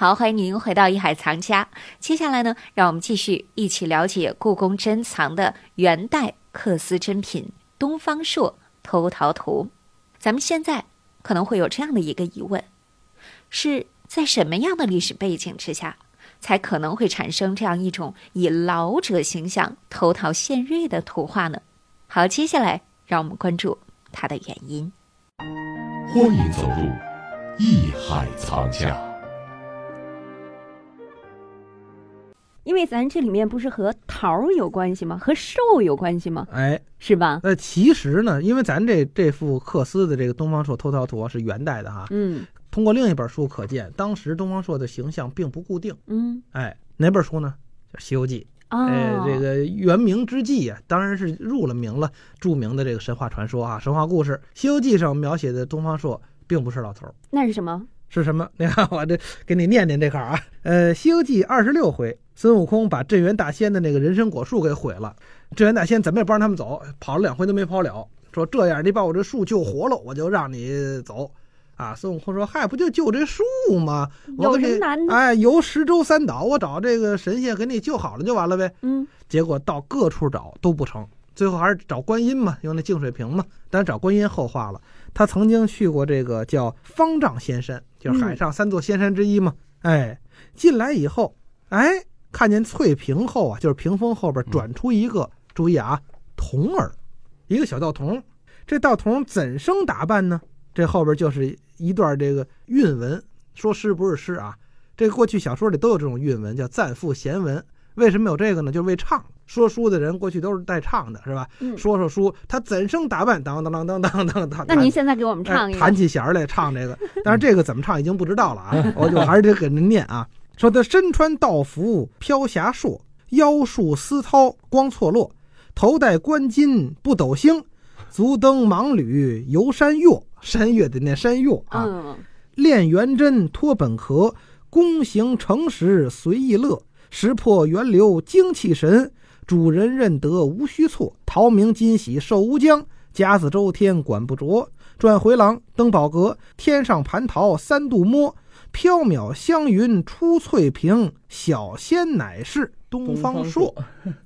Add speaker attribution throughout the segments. Speaker 1: 好，欢迎您回到《艺海藏家》。接下来呢，让我们继续一起了解故宫珍藏的元代缂丝珍品《东方朔偷陶图》。咱们现在可能会有这样的一个疑问：是在什么样的历史背景之下，才可能会产生这样一种以老者形象偷陶献瑞的图画呢？好，接下来让我们关注它的原因。
Speaker 2: 欢迎走入《艺海藏 家》。
Speaker 3: 因为咱这里面不是和桃有关系吗？和寿有关系吗？
Speaker 4: 哎，
Speaker 3: 是吧？
Speaker 4: 那其实呢，因为咱这这幅克斯的这个《东方朔偷陶图》啊是元代的哈，
Speaker 3: 嗯
Speaker 4: 通过另一本书可见，当时东方朔的形象并不固定。
Speaker 3: 嗯
Speaker 4: 哎，哪本书呢？就是《西游记》。
Speaker 3: 哦，
Speaker 4: 哎，这个元明之际啊，当然是入了名了，著名的这个神话传说啊，神话故事，《西游记》上描写的东方朔并不是老头儿，
Speaker 3: 那是什么？
Speaker 4: 是什么？ 你看我这给你念念这块儿啊，呃，《西游记》二十六回，孙悟空把镇元大仙的那个人参果树给毁了，镇元大仙怎么也不让他们走，跑了两回都没跑了，说这样你把我这树救活了，我就让你走。啊，孙悟空说：“嗨，不就救这树吗？我
Speaker 3: 有
Speaker 4: 给
Speaker 3: 什么
Speaker 4: 你
Speaker 3: 难的？
Speaker 4: 哎，游十洲三岛，我找这个神仙给你救好了就完了呗。”
Speaker 3: 嗯
Speaker 4: 结果到各处找都不成，最后还是找观音嘛，用那净水瓶嘛。但是找观音后话了，他曾经去过这个叫方丈仙山，就是海上三座仙山之一嘛。哎，进来以后，哎，看见翠屏后啊，就是屏风后边转出一个，注意啊，童儿，一个小道童。这道童怎生打扮呢？这后边就是一段这个韵文，说诗不是诗啊，这个过去小说里都有这种韵文，叫赞赋闲文。为什么有这个呢？就是为唱。说书的人过去都是带唱的，是吧？
Speaker 3: 嗯。
Speaker 4: 说说书，他怎生打扮？当当当当当当当。
Speaker 3: 那您现在给我们唱
Speaker 4: 哎
Speaker 3: 一个
Speaker 4: 弹起弦儿来唱 这个，但是这个怎么唱已经不知道了啊！我我还是得给您念啊，说他身穿道服飘霞烁，腰束丝绦光错落，头戴冠巾不斗星，足蹬芒履游山岳，山岳得念山岳啊。
Speaker 3: 嗯，
Speaker 4: 炼元针脱本壳，躬行诚实随意乐，识破源流精气神，主人认得无须错，陶明今喜寿无疆，甲子周天管不着，转回廊登宝阁，天上蟠桃三度摸，飘渺香云出翠屏，小仙乃是东方朔。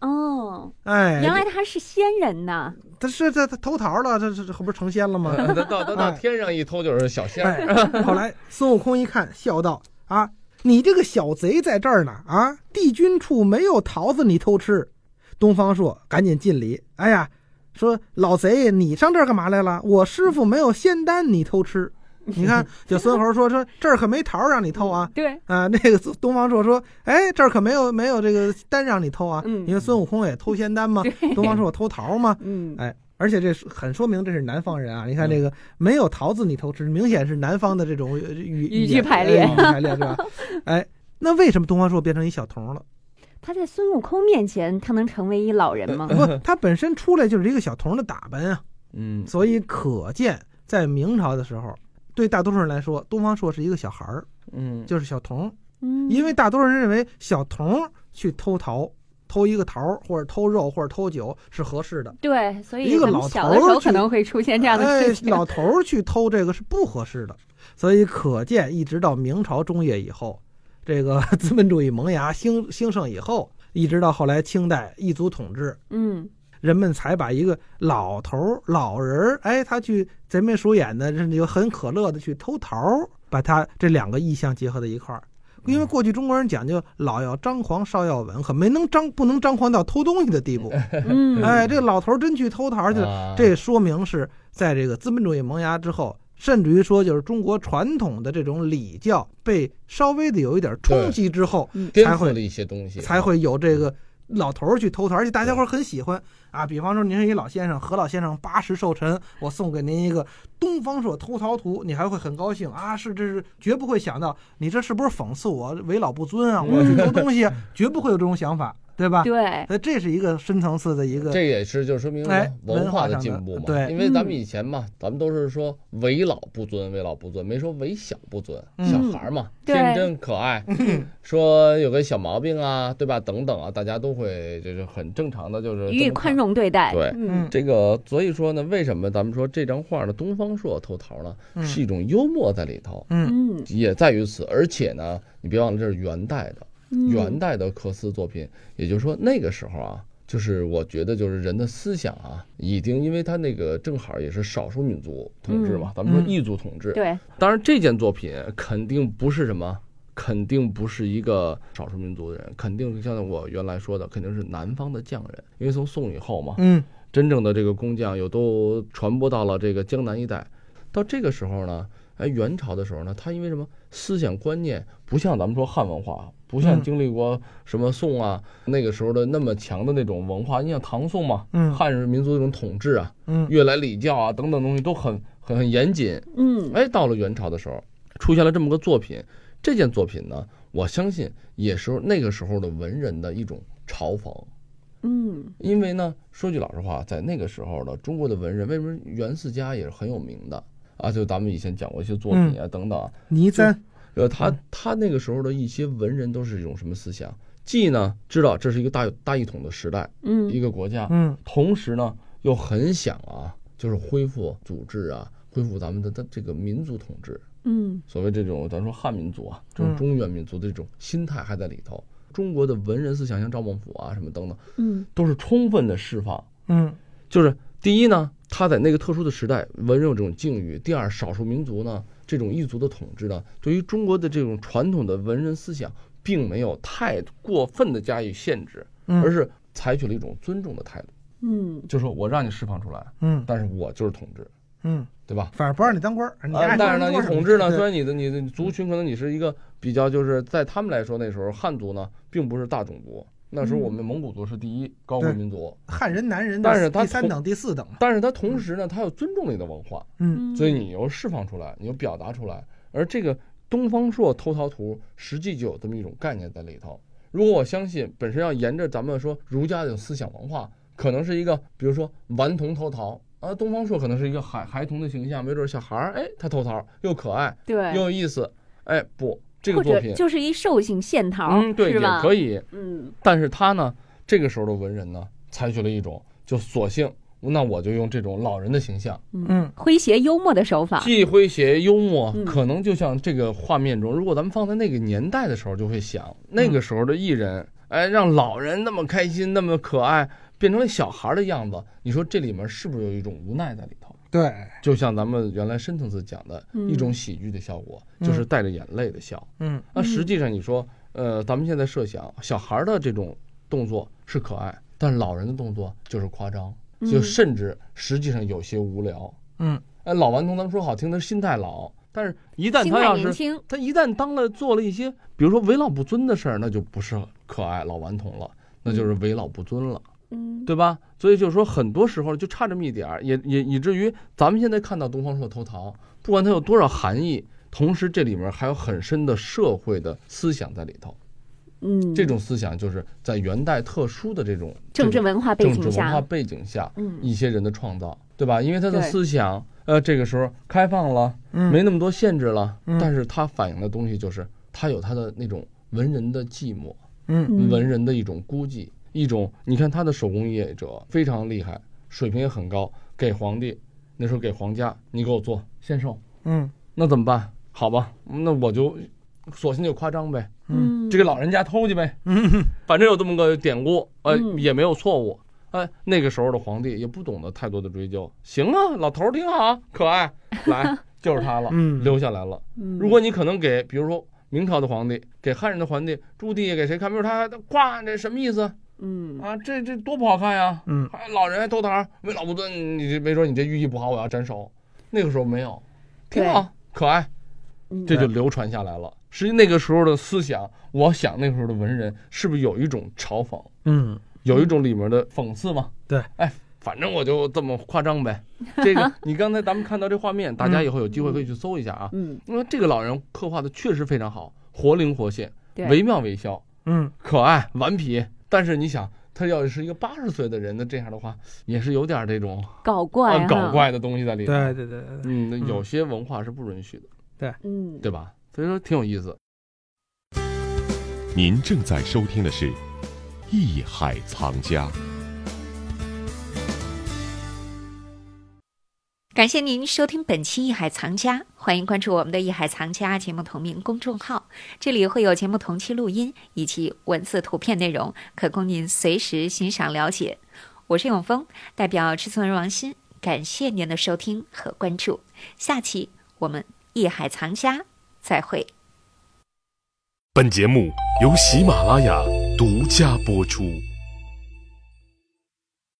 Speaker 3: 哦，
Speaker 4: 哎，
Speaker 3: 原来他是仙人呐！
Speaker 4: 他是他他偷桃了，这这这不是成仙了吗？
Speaker 5: 他到他到
Speaker 4: 哎
Speaker 5: 天上一偷就是小仙儿，
Speaker 4: 哎，后来孙悟空一看，笑道：“啊，你这个小贼在这儿呢！啊，帝君处没有桃子，你偷吃。”东方朔赶紧敬礼：“哎呀，说老贼，你上这儿干嘛来了？我师傅没有仙丹，你偷吃。你看，这孙猴说说这儿可没桃儿让你偷啊。”
Speaker 3: 对，
Speaker 4: 啊，那个东东方朔说：“哎，这儿可没有没有这个丹让你偷啊，
Speaker 3: 嗯
Speaker 4: 因为孙悟空也偷仙丹嘛，东方朔偷桃嘛，
Speaker 3: 嗯
Speaker 4: 哎，而且这是很说明这是南方人啊！你看
Speaker 5: 嗯
Speaker 4: 这个没有桃子你偷吃，明显是南方的这种呃语
Speaker 3: 语
Speaker 4: 语
Speaker 3: 句
Speaker 4: 言
Speaker 3: 排列
Speaker 4: 哎语句排列是吧？哎，那为什么东方朔变成一小童了？
Speaker 3: 他在孙悟空面前，他能成为一老人吗？
Speaker 4: 不，他本身出来就是一个小童的打扮啊，
Speaker 5: 嗯，
Speaker 4: 所以可见在明朝的时候，对大多数人来说，东方朔是一个小孩儿，
Speaker 5: 嗯，
Speaker 4: 就是小童，
Speaker 3: 嗯，
Speaker 4: 因为大多数人认为小童去偷桃。偷一个桃儿，或者偷肉，或者偷酒是合适的。
Speaker 3: 对，所以
Speaker 4: 一个
Speaker 3: 咱们
Speaker 4: 老
Speaker 3: 小
Speaker 4: 头
Speaker 3: 的时
Speaker 4: 儿
Speaker 3: 候
Speaker 4: 去
Speaker 3: 可能会出现这样的 事情。
Speaker 4: 哎。老头儿去偷这个是不合适的，所以可见，一直到明朝中叶以后，这个 资本主义萌芽兴兴盛以后，一直到后来清代异族统治，
Speaker 3: 嗯，
Speaker 4: 人们才把一个老头儿、老人儿，哎，他去贼眉鼠眼的，甚至有很可乐的去偷桃儿，把他这两个意象结合在一块儿。因为过去中国人讲究老要张狂，少要稳，可没能张不能张狂到偷东西的地步。
Speaker 3: 嗯，
Speaker 4: 哎，这个老头儿真去偷桃儿去了，
Speaker 5: 啊
Speaker 4: 这说明是在这个资本主义萌芽之后，甚至于说就是中国传统的这种礼教被稍微的有一点冲击之后，
Speaker 5: 颠
Speaker 4: 才
Speaker 5: 覆
Speaker 4: 会
Speaker 5: 了一些东西，嗯
Speaker 4: 才会有这个老头儿去偷桃，而且大家伙儿很喜欢啊。比方说您是一老先生，何老先生八十寿辰，我送给您一个《东方朔偷桃图》，你还会很高兴啊？是，这是绝
Speaker 5: 嗯
Speaker 4: 不会想到你这是不是讽刺我为老不尊啊？我去偷东西啊，绝不会有这种想法。对吧？
Speaker 3: 对，
Speaker 4: 所以这是一个深层次的一个，
Speaker 5: 这也是就说明
Speaker 4: 哎
Speaker 5: 了文化的进步
Speaker 4: 文
Speaker 5: 嘛。
Speaker 4: 化上的对
Speaker 5: 因为咱们
Speaker 3: 嗯
Speaker 5: 以前嘛，咱们都是说为老不尊，为老不尊，没说为小不尊。
Speaker 4: 嗯
Speaker 5: 小孩儿嘛，
Speaker 3: 对
Speaker 5: 天真可爱，说有个小毛病啊，对吧？等等啊，大家都会就是很正常的，就是
Speaker 3: 予以
Speaker 5: 这么看
Speaker 3: 宽容对待。
Speaker 5: 对
Speaker 3: 嗯，
Speaker 5: 这个，所以说呢，为什么咱们说这张画的东方朔偷桃呢？
Speaker 4: 嗯
Speaker 5: 是一种幽默在里头，
Speaker 4: 嗯
Speaker 3: 嗯，
Speaker 5: 也在于此。而且呢，你别忘了这是元代的，
Speaker 3: 嗯
Speaker 5: 元代的科斯作品，也就是说那个时候啊，就是我觉得就是人的思想啊，已经因为他那个正好也是少数民族统治嘛，咱们说
Speaker 4: 嗯
Speaker 5: 异族统治。
Speaker 3: 对，
Speaker 5: 当然，这件作品肯定不是什么。肯定不是一个少数民族的人，肯定是像我原来说的，肯定是南方的匠人，因为从宋以后嘛，
Speaker 4: 嗯
Speaker 5: 真正的这个工匠有都传播到了这个江南一带。到这个时候呢，哎，元朝的时候呢，他因为什么思想观念不像咱们说汉文化，不像
Speaker 4: 嗯
Speaker 5: 经历过什么宋啊、那个时候的那么强的那种文化。你想唐宋嘛，
Speaker 4: 嗯
Speaker 5: 汉人民族这种统治啊，
Speaker 4: 嗯
Speaker 5: 越来礼教啊等等东西都很很很严谨。
Speaker 3: 嗯，
Speaker 5: 哎，到了元朝的时候，出现了这么个作品。这件作品呢，我相信也是那个时候的文人的一种嘲讽。
Speaker 3: 嗯，
Speaker 5: 因为呢，说句老实话，在那个时候的中国的文人，为什么袁世家也是很有名的啊？就咱们以前讲过一些作
Speaker 4: 嗯
Speaker 5: 品啊、等等啊，
Speaker 4: 倪瓒，
Speaker 5: 呃，
Speaker 4: 嗯
Speaker 5: 他他那个时候的一些文人都是一种什么思想？既呢知道这是一个大大一统的时代，一
Speaker 3: 嗯，
Speaker 5: 个国家，
Speaker 4: 嗯
Speaker 5: 同时呢又很想啊，就是恢复组织啊，恢复咱们的的这个民族统治。
Speaker 3: 嗯，
Speaker 5: 所谓这种咱说汉民族啊，这
Speaker 4: 嗯
Speaker 5: 种中原民族的这种心态还在里头。中国的文人思想，像赵孟俯啊什么等等，
Speaker 3: 嗯，
Speaker 5: 都是充分的释放。
Speaker 4: 嗯
Speaker 5: 就是第一呢，他在那个特殊的时代，文人有这种境遇；第二，少数民族呢，这种异族的统治呢，对于中国的这种传统的文人思想，并没有太过分的加以限制，
Speaker 4: 嗯
Speaker 5: 而是采取了一种尊重的态度，
Speaker 3: 嗯，
Speaker 5: 就是说我让你释放出来，
Speaker 4: 嗯
Speaker 5: 但是我就是统治，
Speaker 4: 嗯，
Speaker 5: 对吧？
Speaker 4: 反正不让你当官儿，你
Speaker 5: 啊
Speaker 4: 爱，
Speaker 5: 但
Speaker 4: 当
Speaker 5: 是呢，
Speaker 4: 官
Speaker 5: 你
Speaker 4: 儿
Speaker 5: 统治呢，
Speaker 4: 对
Speaker 5: 虽然你的你的族群可能你是一个比较，就是在他们来说，那时候汉族呢并不是大种族，那时候我
Speaker 4: 嗯
Speaker 5: 们蒙古族是第一高贵民族，
Speaker 4: 汉人男人
Speaker 5: 但是
Speaker 4: 的
Speaker 5: 他
Speaker 4: 第三
Speaker 5: 统
Speaker 4: 等、第四等嘛，
Speaker 5: 但是他同时呢，他有尊重你的文化，
Speaker 4: 嗯
Speaker 5: 所以你又释放出来，你又表达出来。而这个东方朔偷桃图实际就有这么一种概念在里头。如果我相信，本身要沿着咱们说儒家的思想文化，可能是一个，比如说顽童偷桃啊，东方朔可能是一个孩孩童的形象，没准小孩儿，哎，他偷桃又可爱
Speaker 3: 对，
Speaker 5: 又有意思，哎，不，这
Speaker 3: 或
Speaker 5: 个作
Speaker 3: 者
Speaker 5: 品，
Speaker 3: 就是一兽性线桃，
Speaker 5: 嗯，对，
Speaker 3: 是
Speaker 5: 也
Speaker 3: 吧？
Speaker 5: 可以，
Speaker 3: 嗯，
Speaker 5: 但是他呢，这个时候的文人呢，采取了一种就索性，那我就用这种老人的形象。
Speaker 4: 嗯
Speaker 3: 诙谐幽默的手法，
Speaker 5: 既诙谐幽默
Speaker 3: 啊嗯，
Speaker 5: 可能就像这个画面中，如果咱们放在那个年代的时候，就会想
Speaker 3: 嗯
Speaker 5: 那个时候的艺人，哎，让老人那么开心，那么可爱，变成了小孩的样子，你说这里面是不是有一种无奈在里头？
Speaker 4: 对，
Speaker 3: 哎
Speaker 5: 就像咱们原来深层次讲的
Speaker 3: 嗯
Speaker 5: 一种喜剧的效果，
Speaker 4: 嗯
Speaker 5: 就是带着眼泪的笑。
Speaker 4: 嗯
Speaker 5: 那
Speaker 3: 嗯
Speaker 5: 实际上，你说，呃，咱们现在设想小孩的这种动作是可爱，但老人的动作就是夸张，就
Speaker 3: 嗯
Speaker 5: 甚至实际上有些无聊。
Speaker 4: 嗯
Speaker 5: 哎，老顽童，咱们说好听的是心态老，但是一旦
Speaker 3: 心
Speaker 5: 他
Speaker 3: 态
Speaker 5: 要
Speaker 3: 年
Speaker 5: 是
Speaker 3: 轻，
Speaker 5: 他一旦当了做了一些，比如说为老不尊的事儿，那就不是可爱老顽童了，那就是为老不尊了，
Speaker 3: 嗯，
Speaker 5: 对吧？所以就是说，很多时候就差这么一点儿，也也以至于咱们现在看到东方朔偷桃，不管它有多少含义，同时这里面还有很深的社会的思想在里头。
Speaker 3: 嗯，
Speaker 5: 这种思想就是在元代特殊的这种
Speaker 3: 政治
Speaker 5: 这种
Speaker 3: 文化背
Speaker 5: 政
Speaker 3: 景
Speaker 5: 治文化
Speaker 3: 下，
Speaker 5: 背景下，
Speaker 3: 嗯
Speaker 5: 一些人的创造，对吧？因为他的
Speaker 3: 对
Speaker 5: 思想，呃，这个时候开放了，
Speaker 4: 嗯，
Speaker 5: 没那么多限制了，
Speaker 4: 嗯
Speaker 5: 但是它反映的东西就是它有它的那种文人的寂寞，
Speaker 4: 嗯
Speaker 3: 嗯
Speaker 5: 文人的一种孤寂，一种你看他的手工业者非常厉害，水平也很高，给皇帝那时候给皇家，你给我做限售，
Speaker 4: 嗯
Speaker 5: 那怎么办？好吧，那我就索性就夸张呗，
Speaker 3: 嗯，
Speaker 5: 这个老人家偷去呗，反正有这么个典故，呃，
Speaker 3: 嗯
Speaker 5: 也没有错误。哎，那个时候的皇帝也不懂得太多的追究，行啊，老头儿挺好啊，可爱，来，就是他了，
Speaker 4: 嗯
Speaker 5: 留下来了。
Speaker 3: 嗯
Speaker 5: 如果你可能给，比如说明朝的皇帝，给汉人的皇帝，朱棣也给谁看？比如他挂这什么意思
Speaker 3: 嗯
Speaker 5: 啊？这这多不好看呀！
Speaker 4: 嗯
Speaker 5: 还老人还偷桃，为老不尊，你这没准你这寓意不好，我要斩首。那个时候没有，挺好，可爱，
Speaker 3: 嗯
Speaker 5: 这就流传下来了。实际那个时候的思想，我想那个时候的文人是不是有一种嘲讽，
Speaker 4: 嗯
Speaker 5: 有一种里面的讽刺嘛？
Speaker 4: 对，
Speaker 5: 哎，反正我就这么夸张呗。这个你刚才咱们看到这画面，大
Speaker 4: 嗯
Speaker 5: 家以后有机会可以去搜一下啊。
Speaker 3: 嗯
Speaker 5: 因为这个老人刻画的确实非常好，活灵活现，
Speaker 3: 对
Speaker 5: 惟妙惟肖，
Speaker 4: 嗯
Speaker 5: 可爱顽皮，但是你想，他要是一个八十岁的人，那这样的话也是有点这种
Speaker 3: 搞怪哈，
Speaker 5: 啊搞，怪的东西在里头。
Speaker 4: 对对对对对，
Speaker 5: 嗯，那有些文化是不允许的，
Speaker 3: 嗯，
Speaker 5: 对吧？所以说挺有意思。
Speaker 2: 您正在收听的是《艺海藏家》。
Speaker 1: 感谢您收听本期《艺海藏家》，欢迎关注我们的《艺海藏家》节目同名公众号，这里会有节目同期录音以及文字、图片内容，可供您随时欣赏了解。我是永峰，代表制作人王鑫，感谢您的收听和关注。下期我们《艺海藏家》再会。
Speaker 6: 本节目由喜马拉雅独家播出。